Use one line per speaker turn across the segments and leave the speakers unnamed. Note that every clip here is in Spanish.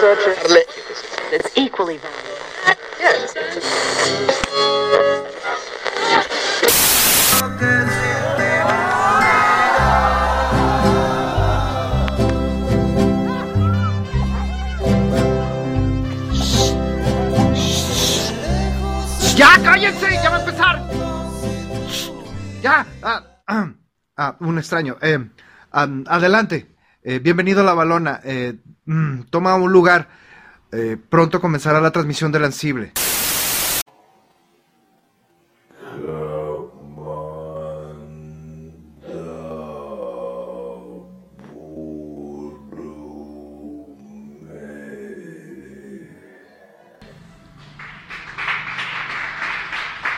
Charlie.
It's equally valuable.
¡Ya, cállense! ¡Ya va a empezar! ¡Ya! Ah, ah, ah, un extraño. Eh, am, adelante. Eh, bienvenido a La Balona. Eh, mm, toma un lugar. Eh, pronto comenzará la transmisión del Ansible.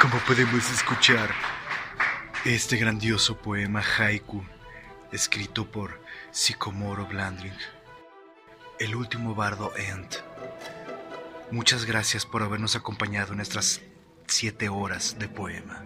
Como podemos escuchar, este grandioso poema haiku, escrito por Sicomoro Blandring, el último bardo Ent. Muchas gracias por habernos acompañado en estas siete horas de poema.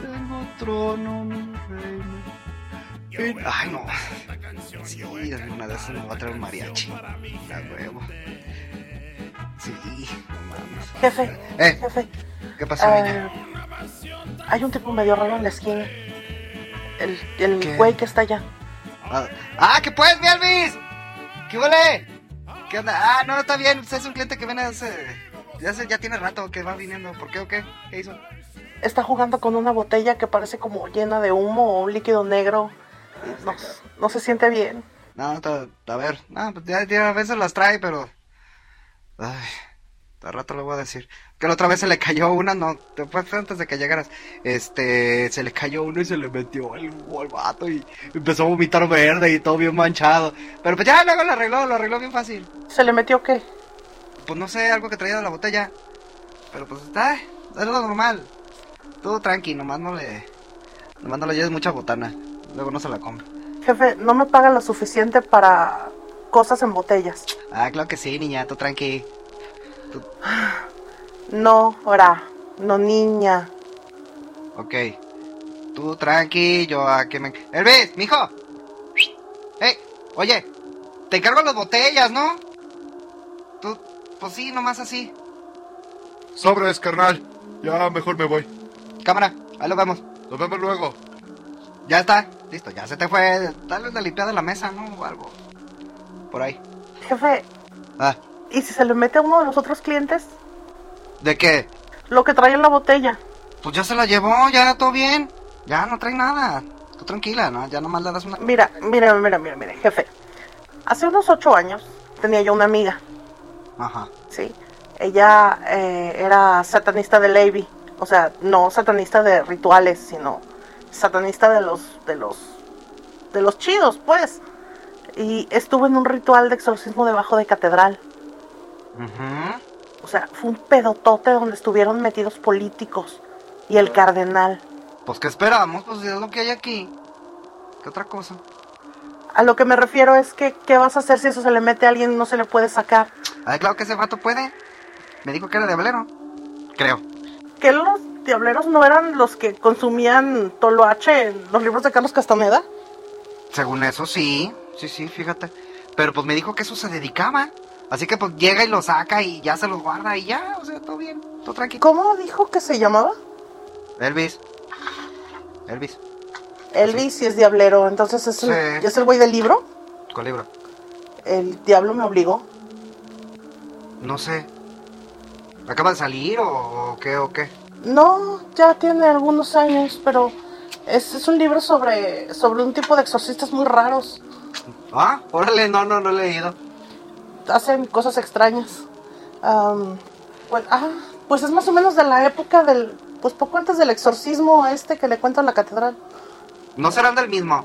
Tengo trono, mi reina. Y- Ay, no. Sí, una de esas me va a traer mariachi. La huevo. Sí, no mames.
Jefe,
Eh,
jefe,
¿qué pasó, niña?
ah, hay un tipo medio raro en la esquina. El,
¿Qué?
el güey que está allá.
Ah, ah, ¿qué puedes, mi Elvis? ¿Qué huele? ¿Qué onda? Ah, no, está bien. pues Es un cliente que viene hace. Ya, hace- ya tiene rato que va viniendo. ¿Por qué o qué? ¿Qué hizo?
Está jugando con una botella que parece como llena de humo o un líquido negro. No, no se siente bien.
No, está- a ver. No, pues ya, ya a veces las trae, pero. Ay, al rato le voy a decir. Que la otra vez se le cayó una, no, te- fue antes de que llegaras. Este, se le cayó uno y se le metió el, al vato y empezó a vomitar verde y todo bien manchado. Pero pues ya luego lo arregló, lo arregló bien fácil.
¿Se le metió qué?
Pues no sé, algo que traía de la botella. Pero pues está, es lo normal. Todo tranqui, nomás no le. Nomás no le lleves mucha botana. Luego no se la come.
Jefe, no me paga lo suficiente para cosas en botellas.
Ah, claro que sí, niña, todo tranqui.
No, ora, no niña.
Ok. Tú tranqui, yo a que me. ¡Elvis, mijo! ¡Ey! Oye, te encargo las botellas, ¿no? Tú, pues sí, nomás así.
Sobres, carnal. Ya mejor me voy.
Cámara, ahí lo vemos.
Nos vemos luego.
Ya está, listo, ya se te fue. Dale una limpiada a la mesa, ¿no? O algo. Por ahí.
Jefe,
Ah,
¿y si se le mete a uno de los otros clientes?
¿de qué?
Lo que trae en la botella.
Pues ya se la llevó, ya todo bien. Ya no trae nada. Tú tranquila, ¿no? Ya nomás le das una.
Mira, mira, mira, mira, mira, jefe. Hace unos ocho años tenía yo una amiga,
Ajá.
¿sí? Ella eh, era satanista de Levi, o sea, no satanista de rituales, sino satanista de los, de los, de los chidos, pues. Y estuvo en un ritual de exorcismo debajo de catedral.
Ajá.
O sea, fue un pedotote donde estuvieron metidos políticos y el cardenal.
Pues qué esperamos, pues es lo que hay aquí. ¿Qué otra cosa?
A lo que me refiero es que, ¿qué vas a hacer si eso se le mete a alguien y no se le puede sacar?
Ay, Ah, claro que ese vato puede. Me dijo que era de diablero. Creo.
¿Que los diableros no eran los que consumían toloache en los libros de Carlos Castaneda?
Según eso, sí. Sí, sí, fíjate. Pero pues me dijo que eso se dedicaba. Así que pues llega y lo saca y ya se los guarda y ya. O sea, todo bien. Todo tranquilo.
¿Cómo dijo que se llamaba?
Elvis. Elvis.
Elvis sí es diablero, entonces es, el-
Sí.
es el güey del libro.
¿Cuál libro?
El diablo me obligó.
No sé. ¿Acaba de salir o, o qué o qué?
No, ya tiene algunos años, pero es, es un libro sobre, sobre un tipo de exorcistas muy raros.
Ah, órale, no, no, no he leído.
Hacen cosas extrañas. Am, pues, ah, pues es más o menos de la época del... Pues poco antes del exorcismo este que le cuento en la catedral.
No serán del mismo.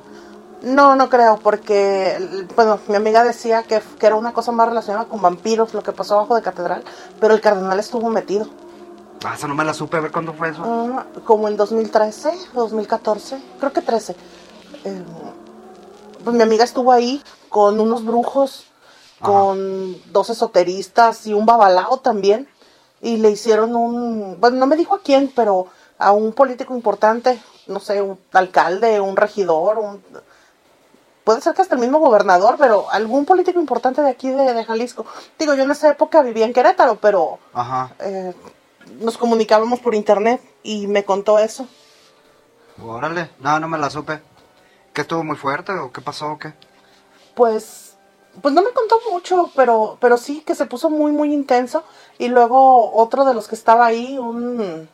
No, no creo, porque, l- bueno, mi amiga decía que, que era una cosa más relacionada con vampiros, lo que pasó abajo de catedral, pero el cardenal estuvo metido,
Ah, esa no me la supe a ver cuándo fue eso.
Ah, como en 2013, 2014, creo que 13. Eh, pues mi amiga estuvo ahí con unos brujos, con dos esoteristas y un babalao también. Y le hicieron un, bueno, no me dijo a quién, pero a un político importante, no sé, un alcalde, un regidor, un, puede ser que hasta el mismo gobernador, pero algún político importante de aquí de, de Jalisco. Digo, yo en esa época vivía en Querétaro, pero
Ajá.
eh, nos comunicábamos por internet y me contó eso.
Órale. No, no me la supe. ¿Qué estuvo muy fuerte o qué pasó o qué?
pues pues no me contó mucho, pero pero sí que se puso muy muy intenso y luego otro de los que estaba ahí un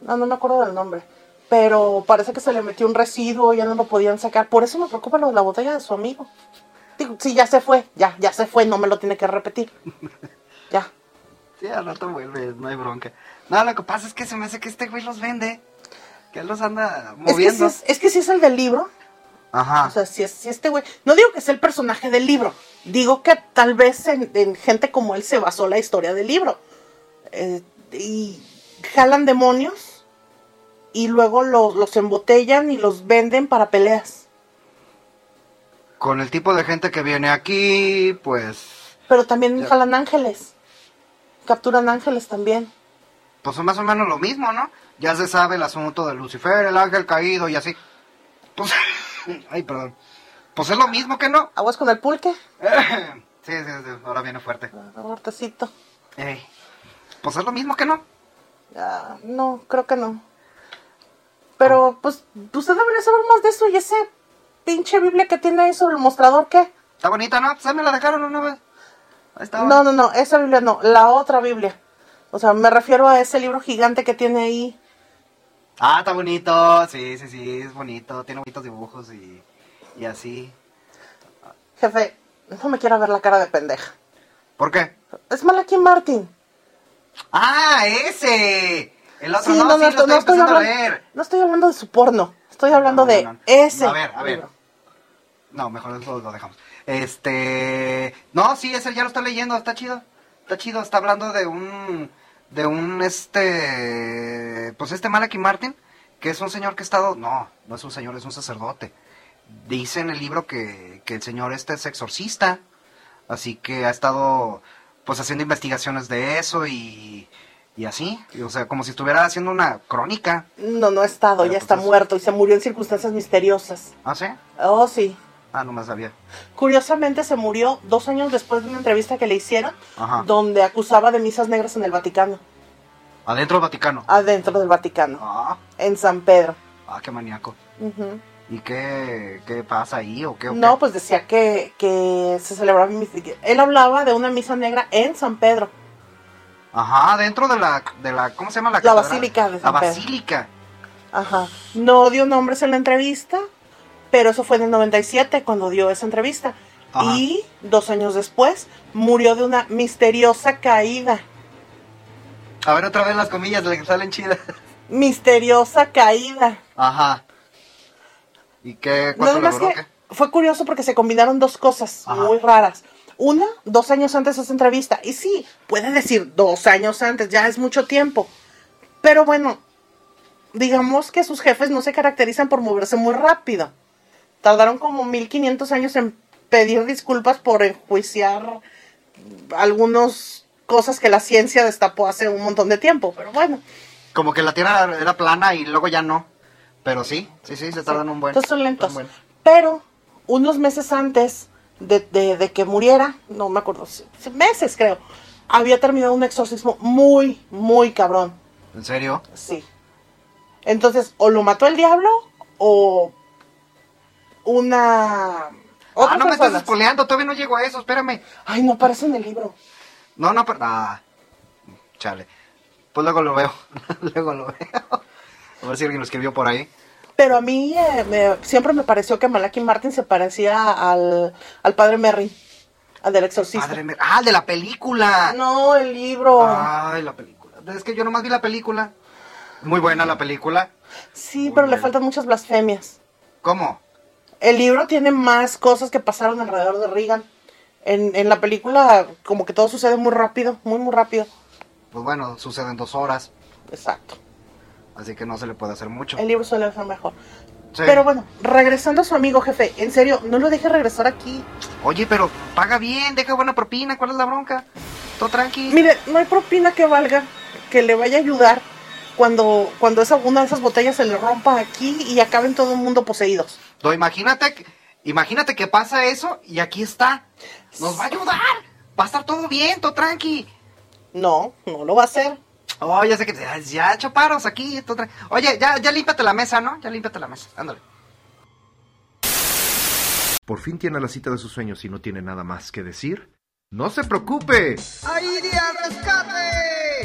no no me acuerdo del nombre, pero parece que se le metió un residuo, ya no lo podían sacar, por eso me preocupa lo de la botella de su amigo. Digo, sí, ya se fue, ya ya se fue, no me lo tiene que repetir. Ya.
Sí, al rato vuelve, no hay bronca. No, lo que pasa es que se me hace que este güey los vende. Que él los anda
Es que, si
moviendo.
es, es que si es el del libro,
Ajá.
o sea, si, es, si este güey, no digo que sea el personaje del libro, digo que tal vez en, en gente como él se basó la historia del libro. Eh, y jalan demonios y luego los, los embotellan y los venden para peleas.
Con el tipo de gente que viene aquí, pues.
Pero también
Ya.
jalan ángeles. Capturan ángeles también.
Pues son más o menos lo mismo, ¿no? Ya se sabe el asunto de Lucifer, el ángel caído y así. Pues. Ay, perdón. Pues es lo mismo que no.
Aguas con el pulque. Ah,
Sí, sí, sí, ahora viene fuerte.
Un hortecito.
Ey. Pues es lo mismo que no.
Ah, no, creo que no. Pero, pues, usted debería saber más de eso y ese pinche Biblia que tiene ahí sobre el mostrador, ¿qué?
Está bonita, ¿no? Pues ahí me la dejaron una vez. Ahí estaba.
No, no, no, esa Biblia no, la otra Biblia. O sea, me refiero a ese libro gigante que tiene ahí.
Ah, está bonito. Sí, sí, sí, es bonito. Tiene bonitos dibujos y, y así.
Jefe, no me quiero ver la cara de pendeja.
¿Por qué?
Es Malaki Martin.
Ah, ese. El otro
Sí,
no,
no, no,
sí, lo
no
estoy
estoy
empezando a
hablando,
leer.
no estoy hablando de su porno. Estoy hablando
No, no,
de
no, no.
ese.
A ver, a ver.
libro.
No, mejor eso lo dejamos. Este, no, sí, ese ya lo estoy leyendo, está chido. Está chido, está hablando de un de un este pues este Malaki Martin, que es un señor que ha estado, no, no es un señor, es un sacerdote. Dice en el libro que, que el señor este es exorcista, así que ha estado pues haciendo investigaciones de eso y y así, y, o sea, como si estuviera haciendo una crónica,
No, no ha estado, ya
Pero pues
está
es-
muerto y se murió en circunstancias misteriosas.
¿ah sí?
Oh, sí.
Ah, no me sabía.
Curiosamente se murió dos años después de una entrevista que le hicieron,
Ajá.
donde acusaba de misas negras en el Vaticano,
Adentro del Vaticano.
adentro del Vaticano,
Ah,
en San Pedro.
ah, qué maníaco.
Ujú.
¿Y qué, qué pasa ahí o qué? o
No,
qué?
pues decía que, que se celebraba. mis- Él hablaba de una misa negra en San Pedro.
Ajá, dentro de la, de la, ¿cómo se llama la?
La
catedral?
basílica de
La
San Pedro.
basílica.
Ajá. No dio nombres en la entrevista, pero eso fue en el 97 cuando dio esa entrevista.
Ajá.
Y dos años después murió de una misteriosa caída.
A ver otra vez las comillas, las que salen chidas.
Misteriosa caída.
Ajá. ¿Y qué?
Nada
¿Cuánto le
más que
duró? qué?
fue curioso porque se combinaron dos cosas
Ajá.
muy raras. Una, dos años antes de esa entrevista. Y sí, pueden decir dos años antes, ya es mucho tiempo. Pero bueno, digamos que sus jefes no se caracterizan por moverse muy rápido. Tardaron como 1500 años en pedir disculpas por enjuiciar algunas cosas que la ciencia destapó hace un montón de tiempo. Pero bueno.
Como que la tierra era plana y luego ya no. Pero sí, sí, sí, se tardan un buen.
Entonces son lentos.
un buen.
Pero unos meses antes de, de- de que muriera, no me acuerdo, si- si meses creo, había terminado un exorcismo muy, muy cabrón.
¿En serio?
Sí. Entonces, o lo mató el diablo o una...
Ah,
otra
no me
persona.
estás espoleando, todavía no llego a eso, espérame.
Ay, no aparece en el libro.
No, no, pero... Ah, chale. Pues luego lo veo, luego lo veo. A ver si alguien lo escribió por ahí.
Pero a mí eh, me- siempre me pareció que Malaki Martin se parecía al, al padre Merrin, al del exorcista.
Padre Ah, Mer- ah, el de la película.
No, el libro.
Ay, la película. Es que yo nomás vi la película. Muy buena la película.
sí, pero le
bueno.
faltan muchas blasfemias.
¿Cómo?
El libro tiene más cosas que pasaron alrededor de Reagan. En, en la película, como que todo sucede muy rápido, muy, muy rápido.
Pues bueno, sucede en dos horas,
Exacto.
así que no se le puede hacer mucho.
El libro suele ser mejor.
Sí.
Pero bueno, regresando a su amigo jefe, en serio, no lo deje regresar aquí.
Oye, pero paga bien, deja buena propina, ¿cuál es la bronca? Todo tranqui.
Mire, no hay propina que valga, que le vaya a ayudar cuando, cuando esa, una de esas botellas se le rompa aquí y acaben todo el mundo poseídos.
No, imagínate, que- imagínate que pasa eso y aquí está. Nos va a ayudar. Va a estar todo bien, todo tranqui.
No, no lo va a hacer.
Oh, ya sé que ay, ya chaparos aquí, todo tranqui. Oye, ya, ya límpiate la mesa, ¿no? Ya límpiate la mesa. Ándale.
por fin tiene la cita de sus sueños y no tiene nada más que decir, no se preocupe.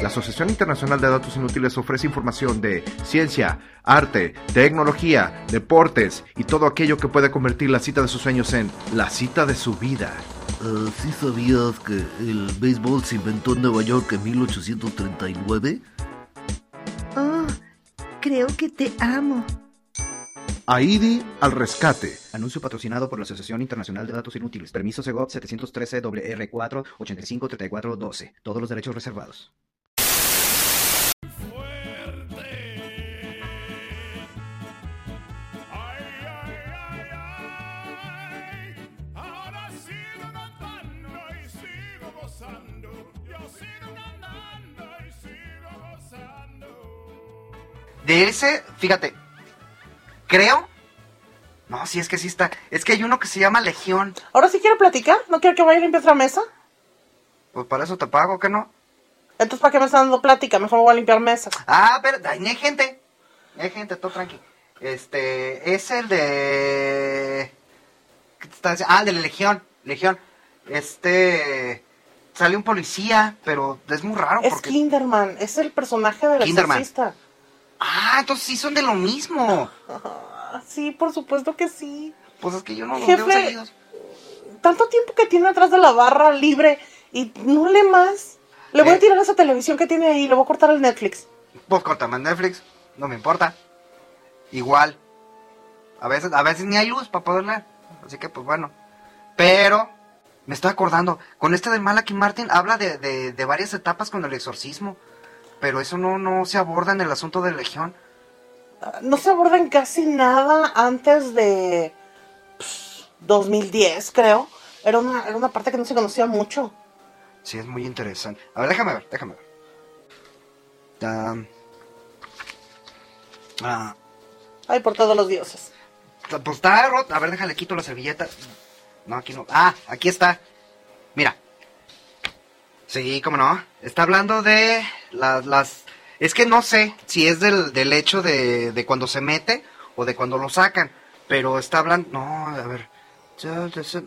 La Asociación Internacional de Datos Inútiles ofrece información de ciencia, arte, tecnología, deportes y todo aquello que puede convertir la cita de sus sueños en la cita de su vida.
Ah, ¿Sí sabías que el béisbol se inventó en Nueva York en 1839?
Oh, creo que te amo.
Aidi al rescate.
Anuncio patrocinado por la Asociación Internacional de Datos Inútiles. Permiso SEGOP 713-WR4-853412. Todos los derechos reservados.
Ahora sigo cantando y sigo gozando. Yo sigo cantando y sigo gozando.
De ese, fíjate. Creo. No, sí, es que sí está. Es que hay uno que se llama Legión.
Ahora sí quiere platicar, no quiere que vaya a limpiar la mesa.
Pues para eso te pago, ¿qué no?
Entonces, ¿para qué me están dando plática? Mejor me voy a limpiar mesas.
Ah, pero ay, no hay gente. No hay gente, todo tranqui. Este, es el de. ¿Qué te estaba diciendo? Ah, el de la Legión. Legión. Este. Sale un policía, pero es muy raro
es
porque.
Kinderman, es el personaje del
Kinderman.
exorcista.
Ah, entonces sí son de lo mismo.
Ah, sí, por supuesto que sí.
Pues es que yo no los
Jefe.
veo seguidos.
Tanto tiempo que tiene atrás de la barra libre y no le más. Le voy
Eh.
a tirar esa televisión que tiene ahí, le voy a cortar el Netflix.
Pues cortame en Netflix, no me importa. Igual. A veces, a veces ni hay luz para poder leer. Así que pues bueno. Pero, me estoy acordando, con este del Malachi Martin habla de, de- de varias etapas con el exorcismo. Pero eso no, no se aborda en el asunto de Legión.
Ah, No se abordan casi nada antes de pues, pss, 2010, creo. Era una, era una parte que no se conocía mucho.
Sí, es muy interesante. A ver, déjame ver, déjame ver. Tam. Ah,
Ay, por todos los dioses.
Ta- Pues está roto. A ver, déjale quito la servilleta. No, aquí no. Ah, aquí está. Mira. Sí, cómo no. Está hablando de las. las... Es que no sé si es del, del hecho de, de cuando se mete o de cuando lo sacan. Pero está hablando. No, a ver.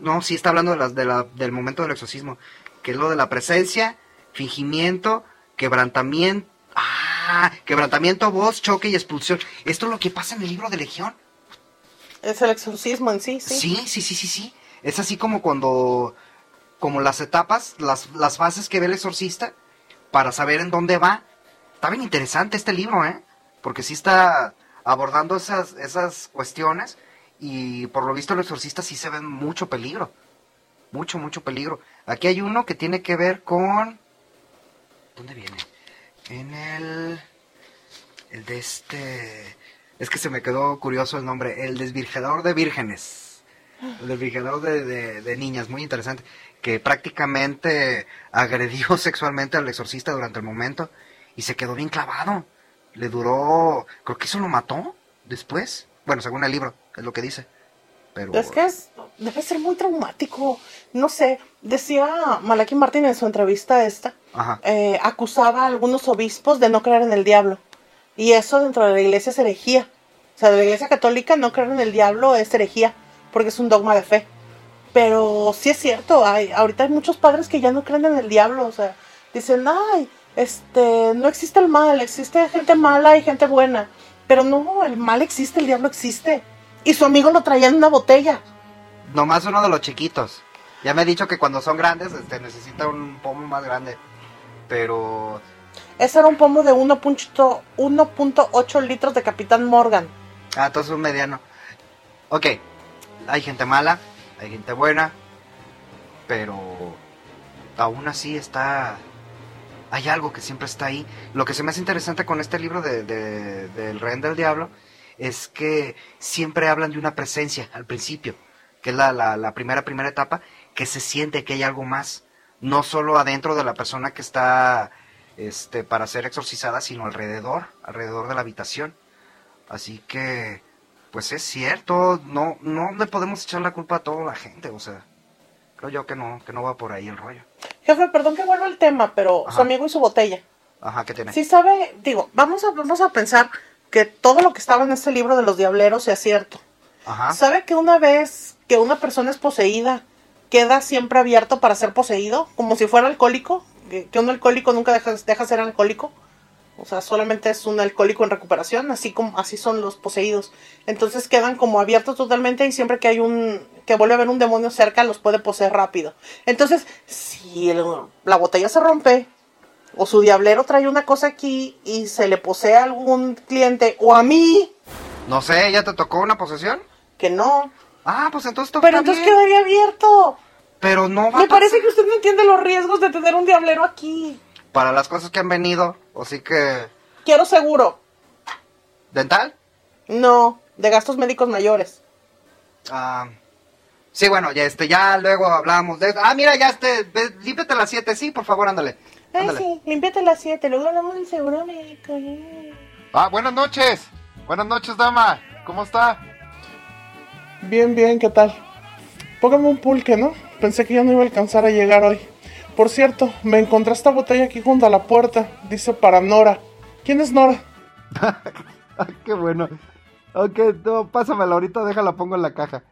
No, sí está hablando de las, de la, del momento del exorcismo. Que es lo de la presencia, fingimiento, quebrantamiento. Ah, quebrantamiento, voz, choque y expulsión. Esto es lo que pasa en el libro de Legión.
Es el exorcismo en sí, sí.
Sí, sí, sí, sí, sí. Es así como cuando, como las etapas, las, las fases que ve el exorcista para saber en dónde va. Está bien interesante este libro, ¿eh? Porque sí está abordando esas, esas cuestiones y por lo visto el exorcista sí se ve en mucho peligro. Mucho, mucho peligro. Aquí hay uno que tiene que ver con... ¿Dónde viene? En el... El de este... Es que se me quedó curioso el nombre. El desvirgador de vírgenes. El desvirgador de, de- de niñas. Muy interesante. Que prácticamente agredió sexualmente al exorcista durante el momento. Y se quedó bien clavado. Le duró... Creo que eso lo mató después. Bueno, según el libro. Es lo que dice. Pero...
Es que es- debe ser muy traumático. No sé, decía Malaki Martín en su entrevista esta,
Ajá.
eh, acusaba a algunos obispos de no creer en el diablo. Y eso dentro de la iglesia es herejía. O sea, de la iglesia católica no creer en el diablo es herejía, porque es un dogma de fe. Pero sí es cierto, hay, ahorita hay muchos padres que ya no creen en el diablo. O sea, dicen, ay, este, no existe el mal, existe gente mala y gente buena. Pero no, el mal existe, el diablo existe. Y su amigo lo traía en una botella.
Nomás uno de los chiquitos. Ya me he dicho que cuando son grandes este, necesita un pomo más grande. Pero
Ese era un pomo de 1.8 1.8 litros de Capitán Morgan.
Ah, entonces un mediano. Ok. Hay gente mala, hay gente buena, pero aún así está... Hay algo que siempre está ahí. Lo que se me hace interesante con este libro de, de- del Rehén del Diablo es que siempre hablan de una presencia al principio, que es la, la, la primera, primera etapa, que se siente que hay algo más, no solo adentro de la persona que está este, para ser exorcizada, sino alrededor, alrededor de la habitación. Así que, pues es cierto, no, no le podemos echar la culpa a toda la gente, o sea, creo yo que no, que no va por ahí el rollo.
Jefe, perdón que vuelva el tema, pero su
Ajá.
amigo y su botella.
Ajá, ¿qué tiene?
Sí sabe, digo, vamos a, vamos a pensar que todo lo que estaba en este libro de los diableros sea cierto.
Ajá.
¿Sabe que una vez que una persona es poseída, queda siempre abierto para ser poseído? Como si fuera alcohólico, que, que un alcohólico nunca deja, deja ser alcohólico. O sea, solamente es un alcohólico en recuperación, así como así son los poseídos. Entonces quedan como abiertos totalmente y siempre que hay un que vuelve a haber un demonio cerca los puede poseer rápido. Entonces, si el- la botella se rompe o su diablero trae una cosa aquí y se le posee a algún cliente o a mí
No sé, ¿ya te tocó una posesión?
que no,
Ah, pues entonces
pero entonces quedaría abierto.
Pero no va a
Me parece
pasar.
que usted no entiende los riesgos de tener un diablero aquí.
Para las cosas que han venido, así que...
Quiero seguro.
¿Dental?
No, de gastos médicos mayores.
Ah, sí, bueno, ya, este, ya luego hablamos de... Ah, mira, ya este, ve, límpiate las siete, sí, por favor, ándale.
Ay,
ándale.
Eh, sí, límpiate las 7, luego hablamos del seguro médico. eh.
Ah, buenas noches. Buenas noches, dama. ¿Cómo está?
Bien, bien, ¿qué tal? Póngame un pulque, ¿no? Pensé que ya no iba a alcanzar a llegar hoy. Por cierto, me encontré esta botella aquí junto a la puerta. Dice para Nora. ¿Quién es Nora?
Qué bueno. Ok, no, pásamela ahorita, déjala, pongo en la caja.